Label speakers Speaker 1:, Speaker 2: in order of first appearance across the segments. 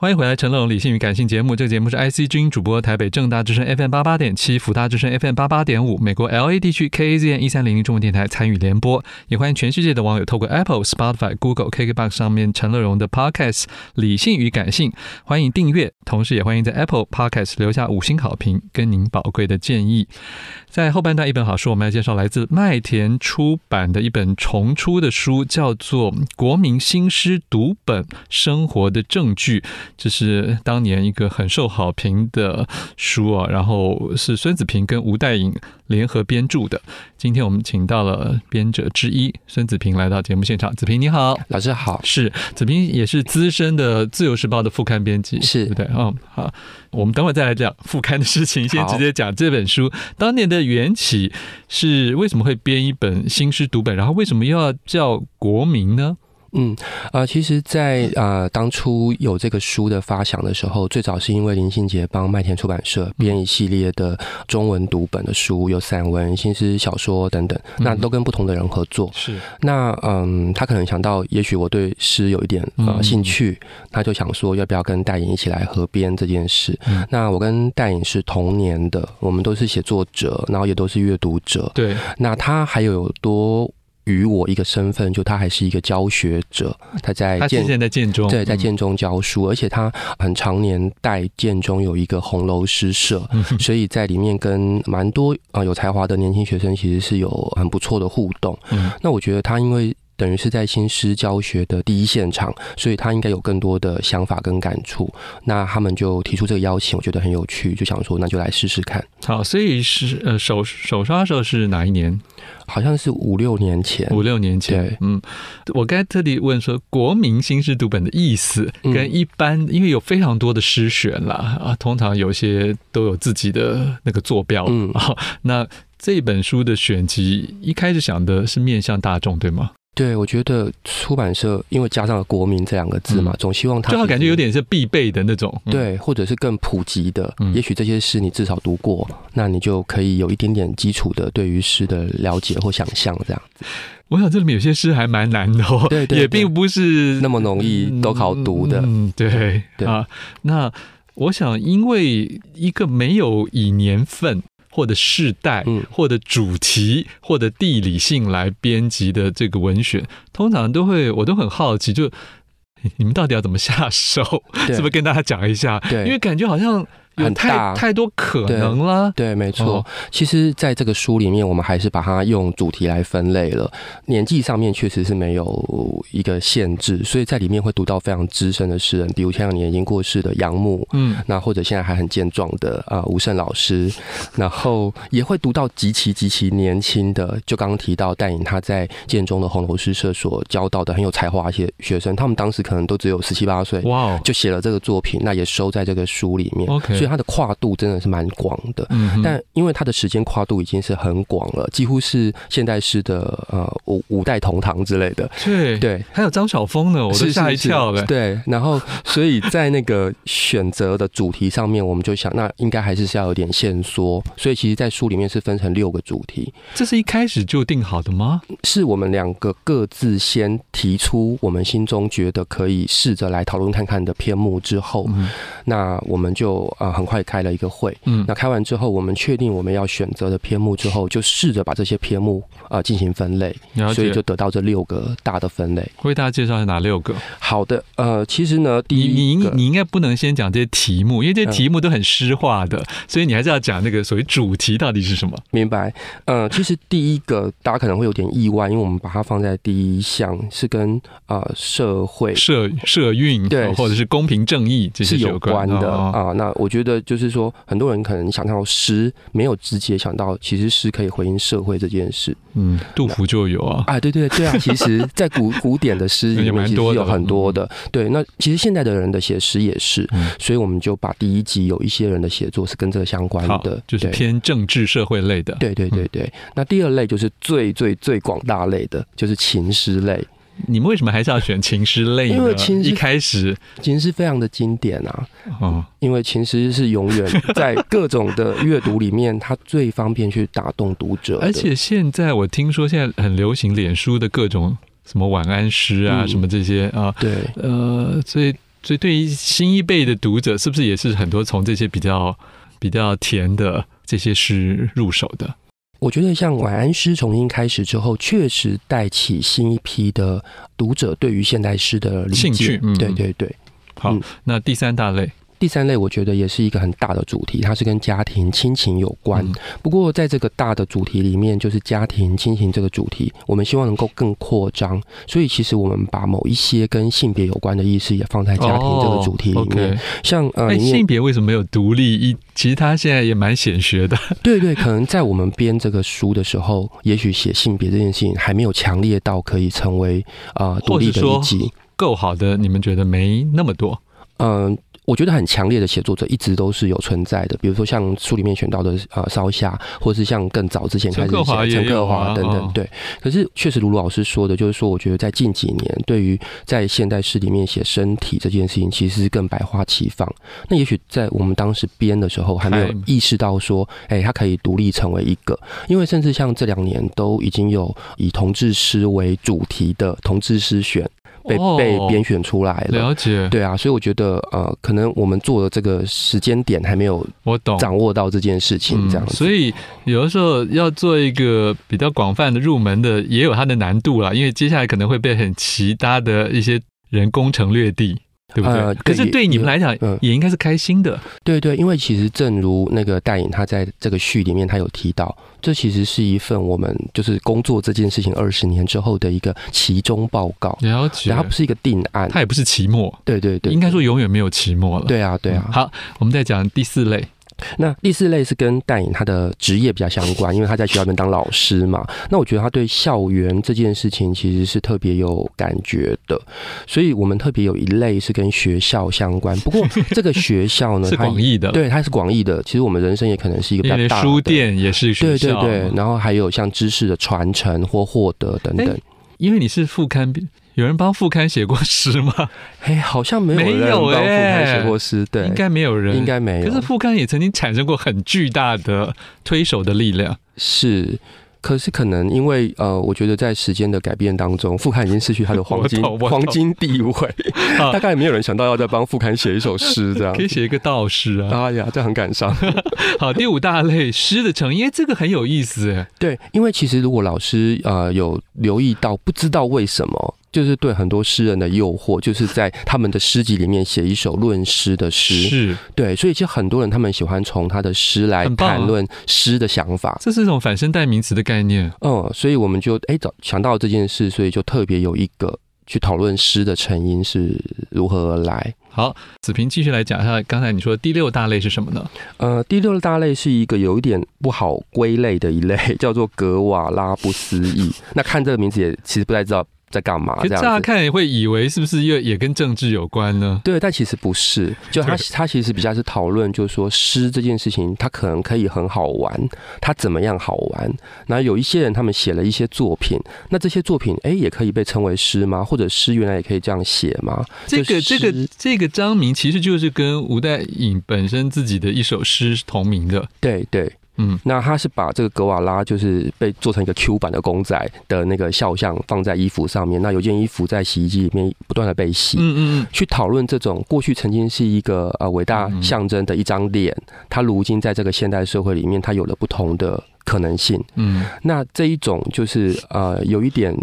Speaker 1: 欢迎回来，陈龙理性与感性节目。这个节目是 IC 之音主播，台北正大之声 FM 八八点七，福大之声 FM 八八点五，美国 LA 地区 KAZN 一三零零中文电台参与联播。也欢迎全世界的网友透过 Apple、Spotify、Google、KKBox 上面陈乐荣的 Podcast《理性与感性》，欢迎订阅，同时也欢迎在 Apple Podcast 留下五星好评，跟您宝贵的建议。在后半段一本好书，我们要介绍来自麦田出版的一本重出的书，叫做《国民新诗读本：生活的证据》。这是当年一个很受好评的书啊，然后是孙子平跟吴代颖联合编著的。今天我们请到了编者之一孙子平来到节目现场，子平你好，
Speaker 2: 老师好，
Speaker 1: 是子平也是资深的《自由时报》的副刊编辑，
Speaker 2: 是
Speaker 1: 对不对？嗯，好，我们等会再来讲副刊的事情，先
Speaker 2: 好
Speaker 1: 直接讲这本书当年的缘起是为什么会编一本新诗读本，然后为什么又要叫国民呢？
Speaker 2: 嗯，呃，其实在，呃当初有这个书的发想的时候，最早是因为林信杰帮麦田出版
Speaker 1: 嗯
Speaker 2: 社编一系列的中文读本的书，有散文、新诗、小说等等，那
Speaker 1: 嗯
Speaker 2: 都跟不同的人合作。
Speaker 1: 是
Speaker 2: 那嗯，他可能想到，也许我对诗有一点呃
Speaker 1: 嗯
Speaker 2: 兴趣，他就想说要不要跟戴颖一起来合编这件事。
Speaker 1: 嗯
Speaker 2: 那我跟戴颖是同年的，我们都是写作者，然后也都是阅读者。
Speaker 1: 对，
Speaker 2: 那他还有多于我一个身份，就他还是一个教学者，他在
Speaker 1: 他之
Speaker 2: 哎建
Speaker 1: 前在建中，
Speaker 2: 对在
Speaker 1: 嗯
Speaker 2: 建中教书，而且他很常年带建中有一个红楼诗社。
Speaker 1: 嗯
Speaker 2: 所以在里面跟蛮多啊、呃有才华的年轻学生其实是有很不错的互动。
Speaker 1: 嗯
Speaker 2: 那我觉得他因为等于是在新诗教学的第一现场，所以他应该有更多的想法跟感触。那他们就提出这个邀请，我觉得很有趣，就想说那就来试试看。
Speaker 1: 好，所以是呃首首刷的时候是哪一年？
Speaker 2: 好像是五六年前，
Speaker 1: 五六年前。
Speaker 2: 嗯对
Speaker 1: 嗯，我刚才特地问说，国民新诗读本的意思
Speaker 2: 嗯
Speaker 1: 跟一般，因为有非常多的诗选啦啊，通常有些都有自己的那个坐标 啊、
Speaker 2: 嗯
Speaker 1: 那这本书的选集一开始想的是面向大众，对吗？
Speaker 2: 对，我觉得出版社因为加上了“国民”这两个字嘛，
Speaker 1: 嗯
Speaker 2: 总希望它
Speaker 1: 就好
Speaker 2: 其实
Speaker 1: 感觉有、点是必备的那种。嗯，
Speaker 2: 对，或者是更普及的。
Speaker 1: 嗯
Speaker 2: 也许这些诗你至少读过，那你就可以有一点点基础的对于诗的了解或想象，这样
Speaker 1: 我想这里面有些诗还蛮难的哦，
Speaker 2: 对对
Speaker 1: 也
Speaker 2: 对
Speaker 1: 并不是
Speaker 2: 那么容易都考读的。
Speaker 1: 嗯，对
Speaker 2: 对
Speaker 1: 啊。那我想，因为一个没有以年份或者世代、
Speaker 2: 嗯
Speaker 1: 或者主题或者地理性来编辑的这个文选，通常都会我都很好奇，就你们到底要怎么下手？嗯
Speaker 2: 对
Speaker 1: 是不是跟大家讲一下？
Speaker 2: 对
Speaker 1: 因为感觉好像有
Speaker 2: 很
Speaker 1: 太
Speaker 2: 大
Speaker 1: 太多可能啦。
Speaker 2: 对，没错。
Speaker 1: 哦
Speaker 2: 其实，在这个书里面，我们还是把它用主题来分类了。年纪上面确实是没有一个限制，所以在里面会读到非常资深的诗人，比如前两年已经过世的杨牧，
Speaker 1: 嗯，
Speaker 2: 那或者现在还很健壮的啊、呃吴胜 老师，然后也会读到极其极其年轻的，就刚刚提到戴颖他在建中的红楼诗社所教到的很有才华一些学生，他们当时可能都只有十七八岁，
Speaker 1: 哇哦，
Speaker 2: 就写了这个作品，那也收在这个书里面
Speaker 1: OK
Speaker 2: 所以它的跨度真的是蛮广的。
Speaker 1: 嗯哼，
Speaker 2: 但因为它的时间跨度已经是很广了，几乎是现代诗的呃五五代同堂之类的，
Speaker 1: 对。
Speaker 2: 对，
Speaker 1: 还有张晓峰呢，我都
Speaker 2: 是
Speaker 1: 吓
Speaker 2: 是
Speaker 1: 一跳
Speaker 2: 是
Speaker 1: 了。
Speaker 2: 对，然后所以在那个选择的主题上面，我们就想，那应该还是是要有点线索。所以其实，在书里面是分成六个主题，
Speaker 1: 这是一开始就定好的吗？
Speaker 2: 是我们两个各自先提出我们心中觉得可以试着来讨论看看的篇目之后，
Speaker 1: 嗯
Speaker 2: 那我们就啊、呃很快开了一个会。
Speaker 1: 嗯
Speaker 2: 那开完之后，我们确定我们要选择的篇目之后，就试着把这些篇目啊进行分类，
Speaker 1: 了
Speaker 2: 所
Speaker 1: 解
Speaker 2: 以就。得到这六个大的分类。
Speaker 1: 为大家介绍一下哪六个？
Speaker 2: 好的，呃，其实呢，第
Speaker 1: 你
Speaker 2: 一
Speaker 1: 你
Speaker 2: 个嗯
Speaker 1: 你应该不能先讲这些题目，因为这些题目都很诗化的，所以你还是要讲那个所谓主题到底是什么。
Speaker 2: 明白，呃，其实第一个大家可能会有点意外，因为我们把它放在第一项是跟呃社会
Speaker 1: 社社运
Speaker 2: 对
Speaker 1: 哦或者是公平正义这些
Speaker 2: 是
Speaker 1: 是
Speaker 2: 有关
Speaker 1: 关
Speaker 2: 的啊、
Speaker 1: 哦
Speaker 2: 那我觉得就是说，很多人可能想到诗，没有直接想到其实诗可以回应社会这件事
Speaker 1: 嗯，杜甫就有啊。
Speaker 2: 啊。对对对啊，其实，在古古典的诗里
Speaker 1: 也蛮
Speaker 2: 面，其实
Speaker 1: 多的
Speaker 2: 有很多的。对，那其实现代的人的写诗也是，
Speaker 1: 嗯
Speaker 2: 所以我们就把第一集有一些人的写作是跟这个相关
Speaker 1: 好
Speaker 2: 的，，
Speaker 1: 就是
Speaker 2: 对
Speaker 1: 偏政治社会类的。
Speaker 2: 对对对对，那第二类就是最最最广大类的，就是情诗类。
Speaker 1: 你们为什么还是要选情诗类呢？
Speaker 2: 因为情诗
Speaker 1: 一开始
Speaker 2: 情诗非常的经典啊，
Speaker 1: 哦，
Speaker 2: 因为情诗是永远在各种的阅读里面，它最方便去打动读者的。
Speaker 1: 而且现在我听说现在很流行脸书的各种什么晚安诗啊，
Speaker 2: 嗯
Speaker 1: 什么这些啊，
Speaker 2: 对，
Speaker 1: 呃，所以所以对于新一辈的读者，是不是也是很多从这些比较比较甜的这些诗入手的？
Speaker 2: 我觉得像晚安诗重新开始之后，确实带起新一批的读者对于现代诗的理解
Speaker 1: 兴趣嗯
Speaker 2: 对对对，
Speaker 1: 好，
Speaker 2: 嗯
Speaker 1: 那第三大类，
Speaker 2: 第三类我觉得也是一个很大的主题，它是跟家庭、亲情有关。
Speaker 1: 嗯
Speaker 2: 不过在这个大的主题里面，就是家庭、亲情这个主题，我们希望能够更扩张。所以其实我们把某一些跟性别有关的意识也放在家庭这个主题里
Speaker 1: 哦
Speaker 2: 面。
Speaker 1: ，OK
Speaker 2: 像呃，
Speaker 1: 哎，
Speaker 2: 里面
Speaker 1: 性别为什么没有独立一？其实它现在也蛮显学的。
Speaker 2: 对对，可能在我们编这个书的时候，也许写性别这件事情还没有强烈到可以成为啊独立的
Speaker 1: 或
Speaker 2: 一
Speaker 1: 者
Speaker 2: 集。
Speaker 1: 够好的，你们觉得没那么多？
Speaker 2: 嗯、我觉得很强烈的写作者一直都是有存在的，比如说像书里面选到的啊烧夏，或是像更早之前开始
Speaker 1: 陈克华
Speaker 2: 写
Speaker 1: 也
Speaker 2: 陈克
Speaker 1: 有啊
Speaker 2: 华等等。
Speaker 1: 哦
Speaker 2: 对，可是确实卢卢老师说的，就是说我觉得在近几年，对于在现代诗里面写身体这件事情，其实是更百花齐放。那也许在我们当时编的时候，还没有
Speaker 1: 还
Speaker 2: 意识到说，哎、它可以独立成为一个，因为甚至像这两年都已经有以同志诗为主题的同志诗选被、
Speaker 1: 哦
Speaker 2: 被编选出来了。
Speaker 1: 了解，
Speaker 2: 对啊，所以我觉得呃，可能我们做的这个时间点还没有
Speaker 1: 我懂。
Speaker 2: 掌握到这件事情，这样
Speaker 1: 哦
Speaker 2: 子。
Speaker 1: 嗯所以有的时候要做一个比较广泛的入门的，也有它的难度啦，因为接下来可能会被很其他的一些人攻城略地，对不对？
Speaker 2: 呃
Speaker 1: 可是
Speaker 2: 对
Speaker 1: 对你们来讲，
Speaker 2: 嗯
Speaker 1: 也应该是开心的。
Speaker 2: 对对，因为其实正如那个戴颖他在这个序里面他有提到，这其实是一份我们就是工作这件事情二十年之后的一个期中报告，
Speaker 1: 了解
Speaker 2: 然后它，不是一个定案。
Speaker 1: 它也不是期末，
Speaker 2: 对对对，
Speaker 1: 应该说永远没有期末了。
Speaker 2: 对啊对啊
Speaker 1: 嗯。好，我们再讲第四类，
Speaker 2: 那第四类是跟戴颖他的职业比较相关，因为他在学校里面当老师嘛。那我觉得他对校园这件事情其实是特别有感觉的，所以我们特别有一类是跟学校相关。不过这个学 校呢，
Speaker 1: 是
Speaker 2: 它
Speaker 1: 广义的，，
Speaker 2: 对它是广义的。其实我们人生也可能是一个比
Speaker 1: 因
Speaker 2: 较
Speaker 1: 为
Speaker 2: 大的
Speaker 1: 书。店也是学
Speaker 2: 对对
Speaker 1: 校，
Speaker 2: 对，然后还有像知识的传承或获得等等
Speaker 1: 哎，因为你是副刊，有人帮副刊写过诗吗？
Speaker 2: 哎，好像没
Speaker 1: 没
Speaker 2: 有人
Speaker 1: 有
Speaker 2: 帮副刊
Speaker 1: 哎
Speaker 2: 写过诗，对，
Speaker 1: 应该没有人，
Speaker 2: 应该没有。
Speaker 1: 可是副刊也曾经产生过很巨大的推手的力量，
Speaker 2: 是，可是可能因为呃，我觉得在时间的改变当中，副刊已经失去它的黄
Speaker 1: 我
Speaker 2: 金
Speaker 1: 懂我懂
Speaker 2: 黄金地位，
Speaker 1: 啊
Speaker 2: 大概没有人想到要再帮副刊写一首诗这样
Speaker 1: 可。以写一个道士啊。
Speaker 2: 哎呀，这很感伤。
Speaker 1: 好，第五大类诗的成因，哎这个很有意思哎。
Speaker 2: 对，因为其实如果老师呃有留意到，不知道为什么，就是对很多诗人的诱惑，就是在他们的诗集里面写一首论诗的诗。
Speaker 1: 是，
Speaker 2: 对，所以其实很多人他们喜欢从他的诗来
Speaker 1: 很棒啊
Speaker 2: 谈论诗的想法。
Speaker 1: 这是一种反身代名词的概念。
Speaker 2: 嗯，所以我们就哎早想到这件事，所以就特别有一个去讨论诗的成因是如何而来。
Speaker 1: 好，子平继续来讲一下，刚才你说第六大类是什么呢？
Speaker 2: 呃，第六大类是一个有一点不好归类的一类， 叫做格瓦拉不思议。那看这个名字也其实不太知道在干嘛
Speaker 1: 可
Speaker 2: 啊这
Speaker 1: 乍
Speaker 2: 样子。
Speaker 1: 看也会以为是不是又也跟政治有关呢？
Speaker 2: 对，但其实不是，就它
Speaker 1: 对
Speaker 2: 它其实比较是讨论，就是说诗这件事情，它可能可以很好玩，它怎么样好玩？然后有一些人他们写了一些作品，那这些作品哎也可以被称为诗吗？或者诗原来也可以这样写吗？
Speaker 1: 这个这
Speaker 2: 就
Speaker 1: 个
Speaker 2: 是
Speaker 1: 这个章名其实就是跟吴代颖本身自己的一首诗是同名的。
Speaker 2: 对对，
Speaker 1: 嗯，
Speaker 2: 那他是把这个格瓦拉就是被做成一个 Q 版的公仔的那个肖像放在衣服上面，那有件衣服在洗衣机里面不断的被洗。
Speaker 1: 嗯嗯嗯，
Speaker 2: 去讨论这种过去曾经是一个呃伟大
Speaker 1: 嗯
Speaker 2: 象征的一张脸，它如今在这个现代社会里面，它有了不同的可能性。
Speaker 1: 嗯，
Speaker 2: 那这一种就是呃，有一点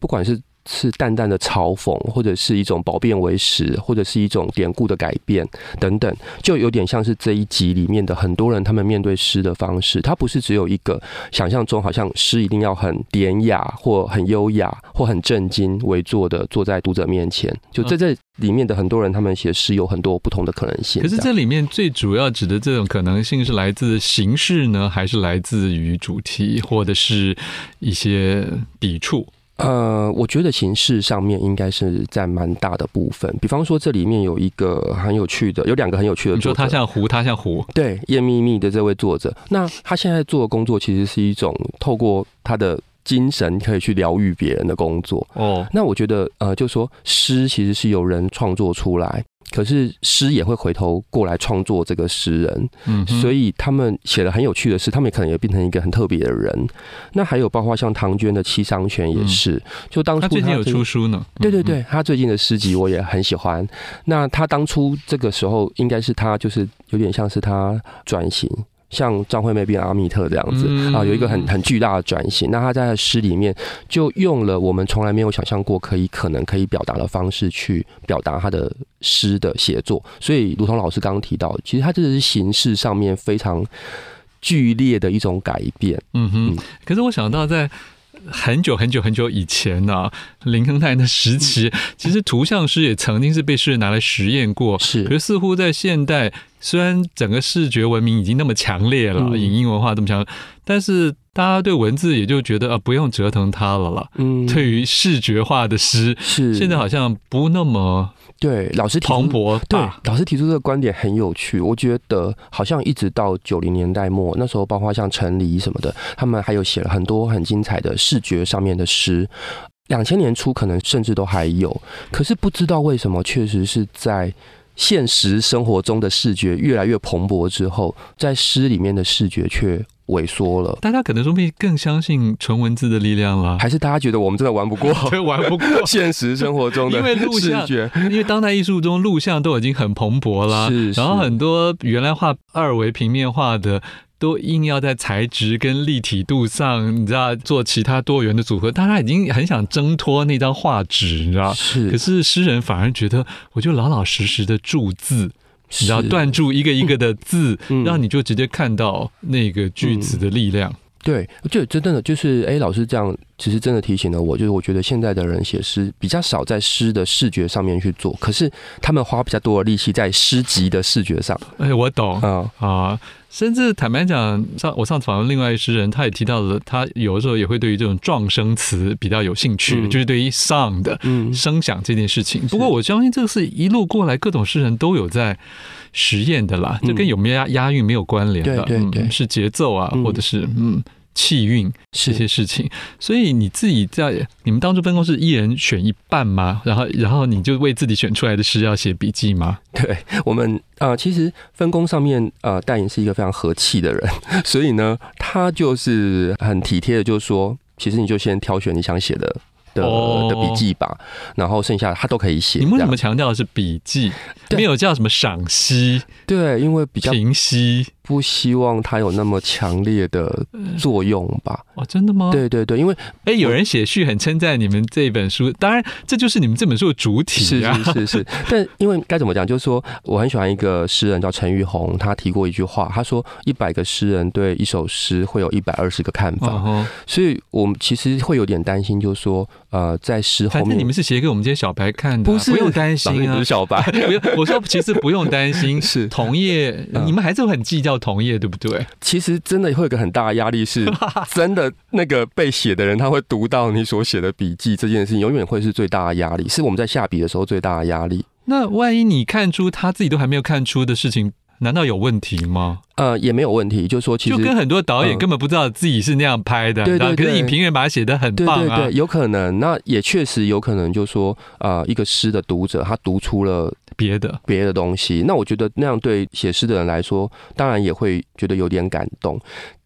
Speaker 2: 不管是是淡淡的嘲讽，或者是一种褒变为实，或者是一种典故的改变等等，就有点像是这一集里面的很多人他们面对诗的方式，它不是只有一个想象中好像诗一定要很典雅或很优雅或很震惊为坐的坐在读者面前，就
Speaker 1: 嗯
Speaker 2: 在这里面的很多人他们写诗有很多不同的可能性。
Speaker 1: 可是
Speaker 2: 这样
Speaker 1: 这里面最主要指的这种可能性是来自形式呢，还是来自于主题，或者是一些抵触？
Speaker 2: 呃，我觉得形式上面应该是占蛮大的部分。比方说，这里面有一个很有趣的，有两个很有趣的
Speaker 1: 你
Speaker 2: 作
Speaker 1: 说
Speaker 2: 者，
Speaker 1: 它像湖，它像湖，
Speaker 2: 对叶秘密的这位作者，那他现在做的工作其实是一种透过他的精神可以去疗愈别人的工作。
Speaker 1: 哦，
Speaker 2: 那我觉得，呃，就说诗其实是由人创作出来，可是诗也会回头过来创作这个诗人，
Speaker 1: 嗯哼，
Speaker 2: 所
Speaker 1: 以
Speaker 2: 以他们写了很有趣的诗，他们可能也变成一个很特别的人。那还有包括像唐娟的《七伤拳》也是，就当初
Speaker 1: 嗯他最近有
Speaker 2: 这个
Speaker 1: 出书呢，
Speaker 2: 对对
Speaker 1: 嗯，
Speaker 2: 对，他最近的诗集我也很喜欢。那他当初这个时候，应该是他就是有点像是他转型，像张惠妹变阿密特这样子
Speaker 1: 嗯
Speaker 2: 啊，有一个很很巨大的转型。那他在他的诗里面就用了我们从来没有想象过可以可能可以表达的方式去表达他的诗的写作。所以，如同老师刚刚提到，其实他这是形式上面非常剧烈的一种改变。
Speaker 1: 嗯哼
Speaker 2: 嗯。
Speaker 1: 可是我想到在。很久很久很久以前呢、林肯泰的时期，
Speaker 2: 嗯
Speaker 1: 其实图像师也曾经是被世人拿来实验过，
Speaker 2: 是
Speaker 1: 可是似乎在现代，虽然整个视觉文明已经那么强烈了，
Speaker 2: 嗯
Speaker 1: 影音文化这么强，但是大家对文字也就觉得啊，不用折腾它了啦。
Speaker 2: 嗯，
Speaker 1: 对于视觉化的诗，
Speaker 2: 是
Speaker 1: 现在好像不那么
Speaker 2: 对老师提出
Speaker 1: 蓬勃吧。
Speaker 2: 对，老师提出这个观点很有趣，我觉得好像一直到九零年代末，那时候包括像陈黎什么的，他们还有写了很多很精彩的视觉上面的诗。两千年初可能甚至都还有，可是不知道为什么，确实是在现实生活中的视觉越来越蓬勃之后，在诗里面的视觉却萎缩了。
Speaker 1: 大家可能说不定更相信纯文字的力量了，
Speaker 2: 还是大家觉得我们真的玩 不过
Speaker 1: 对，玩不过。
Speaker 2: 现实生活中的
Speaker 1: 因为录
Speaker 2: 视
Speaker 1: 像
Speaker 2: 觉？
Speaker 1: 因为当代艺术中录像都已经很蓬勃啦，
Speaker 2: 是
Speaker 1: 然后
Speaker 2: 是
Speaker 1: 很多原来画二维平面画的，都硬要在材质跟立体度上，你知道做其他多元的组合，大家已经很想挣脱那张画纸，你知道。
Speaker 2: 啊是
Speaker 1: 可是诗人反而觉得，我就老老实实的注字，你知道
Speaker 2: 是
Speaker 1: 断注一个一个的字，
Speaker 2: 嗯
Speaker 1: 让你就直接看到那个句子的力量。
Speaker 2: 对，就真正的就是，哎，老师这样，其实真的提醒了我，就是我觉得现在的人写诗比较少在诗的视觉上面去做，可是他们花比较多的力气在诗集的视觉上
Speaker 1: 哎，我懂。
Speaker 2: 啊、
Speaker 1: 啊，甚至坦白讲，上我上次访问另外一个诗人，他也提到了，他有的时候也会对于这种撞声词比较有兴趣，
Speaker 2: 嗯
Speaker 1: 就是对于 sound
Speaker 2: 嗯。
Speaker 1: 声响这件事情。不过
Speaker 2: 是
Speaker 1: 我相信这个是一路过来各种诗人都有在实验的啦，
Speaker 2: 嗯
Speaker 1: 这跟有没有押押韵没有关联的，
Speaker 2: 对对对
Speaker 1: 嗯是节奏啊，
Speaker 2: 嗯
Speaker 1: 或者是嗯气韵这些
Speaker 2: 是
Speaker 1: 事情。所以你自己在你们当初分工是一人选一半吗？然后然后你就为自己选出来的诗要写笔记吗？
Speaker 2: 对我们啊、呃其实分工上面呃，戴颖是一个非常和气的人， 所以呢，他就是很体贴的，就说，其实你就先挑选你想写的的的笔记吧，然后剩下他都可以
Speaker 1: 哦
Speaker 2: 写。
Speaker 1: 你们为
Speaker 2: 这
Speaker 1: 什
Speaker 2: 样
Speaker 1: 么强调的是笔记，
Speaker 2: 对
Speaker 1: 没有叫什么赏析、
Speaker 2: 对？因为比较
Speaker 1: 评析？
Speaker 2: 不希望它有那么强烈的作用吧？
Speaker 1: 哦，真的吗？，
Speaker 2: 对对对，因为
Speaker 1: 哎，有人写序很称赞你们这本书，当然这就是你们这本书的主
Speaker 2: 是
Speaker 1: 体啊。
Speaker 2: 是是 是，但因为该怎么讲，就是说我很喜欢一个诗人叫陈玉红，他提过一句话，他说一百个诗人对一首诗会有一百二十个看法，
Speaker 1: 哦，
Speaker 2: 所以我们其实会有点担心，就是说呃，在诗后
Speaker 1: 反正你
Speaker 2: 面
Speaker 1: 们是写给我们这些小白看的啊、
Speaker 2: 不是
Speaker 1: 用担
Speaker 2: 老师你
Speaker 1: 心
Speaker 2: 不
Speaker 1: 啊
Speaker 2: 是。小白，，
Speaker 1: 不用，我说其实不用担心
Speaker 2: 是
Speaker 1: 同业，
Speaker 2: 嗯
Speaker 1: 你们还是会很计较同业，对不对？
Speaker 2: 其实真的会有一个很大的压 力是，真的那个被写的人他会读到你所写的笔记这件事情，永远会是最大的压力，是我们在下笔的时候最大的压力。
Speaker 1: 那万一你看出他自己都还没有看出的事情，难道有问题吗？
Speaker 2: 呃，也没有问题，就是说其
Speaker 1: 就
Speaker 2: 实
Speaker 1: 跟很多导演
Speaker 2: 嗯
Speaker 1: 根本不知道自己是那样拍的，
Speaker 2: 对
Speaker 1: 你知道
Speaker 2: 对
Speaker 1: 可是
Speaker 2: 对
Speaker 1: 影评人把它写的很
Speaker 2: 对
Speaker 1: 棒
Speaker 2: 对
Speaker 1: 啊。
Speaker 2: 对，有可能，那也确实有可能，就说呃，一个诗的读者他读出了
Speaker 1: 别的，
Speaker 2: 别的东西，那我觉得那样对写诗的人来说，当然也会觉得有点感动，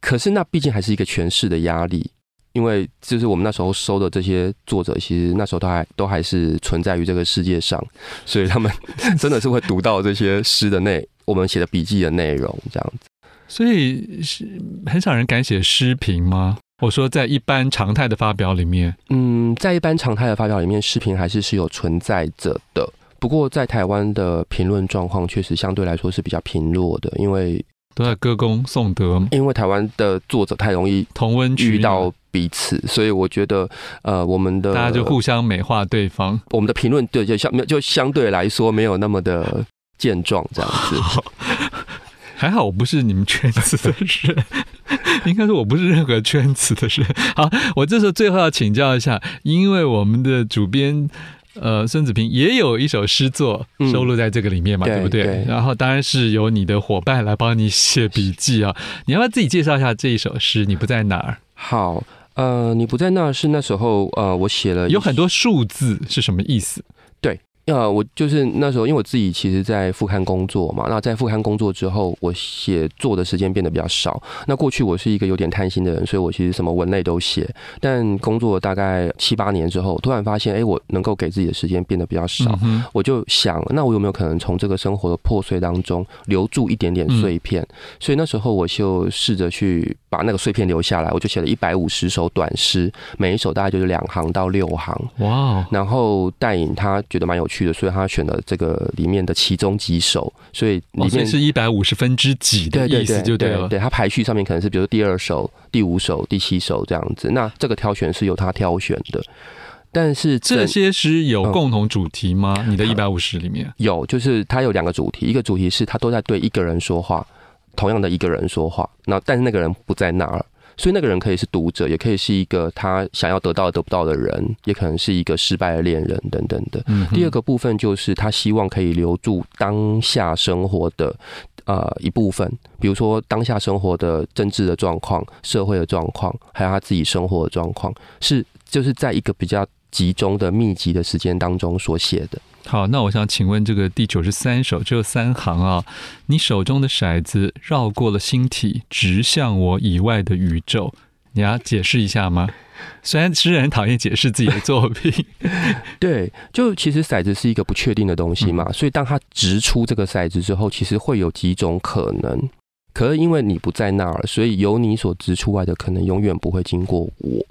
Speaker 2: 可是那毕竟还是一个诠释的压力。因为就是我们那时候收的这些作者，其实那时候都还都还是存在于这个世界上，所以他们 真的是会读到这些诗的内，我们写的笔记的内容这样子。
Speaker 1: 所以是很少人敢写诗评吗？我说在一般常态的发表里面，
Speaker 2: 嗯，在一般常态的发表里面，视频还是是有存在着的。不过在台湾的评论状况确实相对来说是比较贫弱的，因为
Speaker 1: 都在歌功颂德、
Speaker 2: 因为台湾的作者太容易
Speaker 1: 同温区
Speaker 2: 遇到彼此，所以我觉得呃，我们的
Speaker 1: 大家就互相美化对方。
Speaker 2: 我们的评论对就相就相对来说没有那么的健壮这样子。
Speaker 1: 还好我不是你们圈子的人，应该说我不是 任何圈子的人。好，我这时候最后要请教一下，因为我们的主编。呃，孙子平也有一首诗作
Speaker 2: 嗯
Speaker 1: 收录在这个里面嘛，
Speaker 2: 对
Speaker 1: 对不对？
Speaker 2: 对
Speaker 1: 然后当然是由你的伙伴来帮你写笔记啊。你要不要自己介绍一下这一首诗？你不在哪儿？
Speaker 2: 好，呃，你不在那是那时候呃，我写了一
Speaker 1: 有很多数字是什么意思？
Speaker 2: 呃，我就是那时候，因为我自己其实，在副刊工作嘛。那在副刊工作之后，我写作的时间变得比较少。那过去我是一个有点贪心的人，所以我其实什么文类都写。但工作大概七八年之后，突然发现，哎、我能够给自己的时间变得比较少。
Speaker 1: 嗯哼
Speaker 2: 我就想，那我有没有可能从这个生活的破碎当中留住一点点碎片？所以那时候我就试着去把那个碎片留下来，我就写了一百五十首短诗，每一首大概就是两行到六行。
Speaker 1: 哇哦，
Speaker 2: 然后戴颖他觉得蛮有趣的，所以他选了这个里面的其中几首，所以里
Speaker 1: 哦所以
Speaker 2: 面
Speaker 1: 是一百五十分之几的
Speaker 2: 对对
Speaker 1: 意思
Speaker 2: 对
Speaker 1: 就
Speaker 2: 对
Speaker 1: 了。
Speaker 2: 对，他排序上面可能是比如说第二首、第五首、第七首这样子。那这个挑选是由他挑选的，但是整
Speaker 1: 这些诗有
Speaker 2: 嗯
Speaker 1: 共同主题吗？你的一百五十里面，
Speaker 2: 有，就是他有两个主题，一个主题是他都在对一个人说话，同样的一个人说话，那但是那个人不在那儿，所以那个人可以是读者，也可以是一个他想要得到得不到的人，也可能是一个失败的恋人等等的。
Speaker 1: 嗯哼，
Speaker 2: 第二个部分就是他希望可以留住当下生活的呃一部分，比如说当下生活的政治的状况、社会的状况，还有他自己生活的状况，是就是在一个比较集中的密集的时间当中所写的。
Speaker 1: 好，那我想请问，这个第九十三首只有三行啊，你手中的骰子绕过了星体，直向我以外的宇宙，你要解释一下吗？虽然诗人很讨厌解释自己的作 品，
Speaker 2: 对，就其实骰子是一个不确定的东西嘛，所以当他掷出这个骰子之后，其实会有几种可能。可是因为你不在那儿，所以由你所掷出来的可能永远不会经过我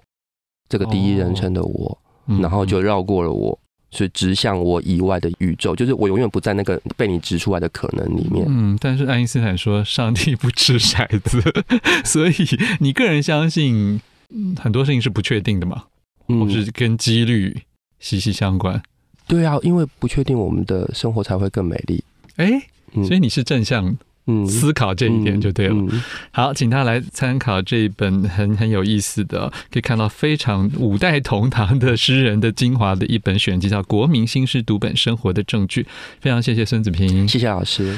Speaker 2: 这个第一人称的我。
Speaker 1: 嗯
Speaker 2: 然后就绕过了我，所以直向我以外的宇宙，就是我永远不在那个被你指出来的可能里面。
Speaker 1: 嗯，但是爱因斯坦说上帝不掷骰子， 所以你个人相信、嗯很多事情是不确定的嘛，或
Speaker 2: 嗯，
Speaker 1: 是跟几率息息相关。
Speaker 2: 对啊，因为不确定，我们的生活才会更美丽。
Speaker 1: 哎，
Speaker 2: 嗯
Speaker 1: 所以你是正向
Speaker 2: 嗯
Speaker 1: 思考这一点就对了。
Speaker 2: 嗯嗯
Speaker 1: 好，请他来参考这一本很很有意思的，可以看到非常五代同堂的诗人的精华的一本选集，叫《国民新诗读本生活的证据》。非常谢谢孙子平。
Speaker 2: 谢谢老师。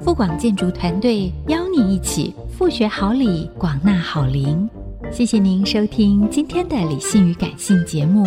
Speaker 3: 富广建筑团队邀您一起复学好礼，广纳好邻。谢谢您收听今天的理性与感性节目。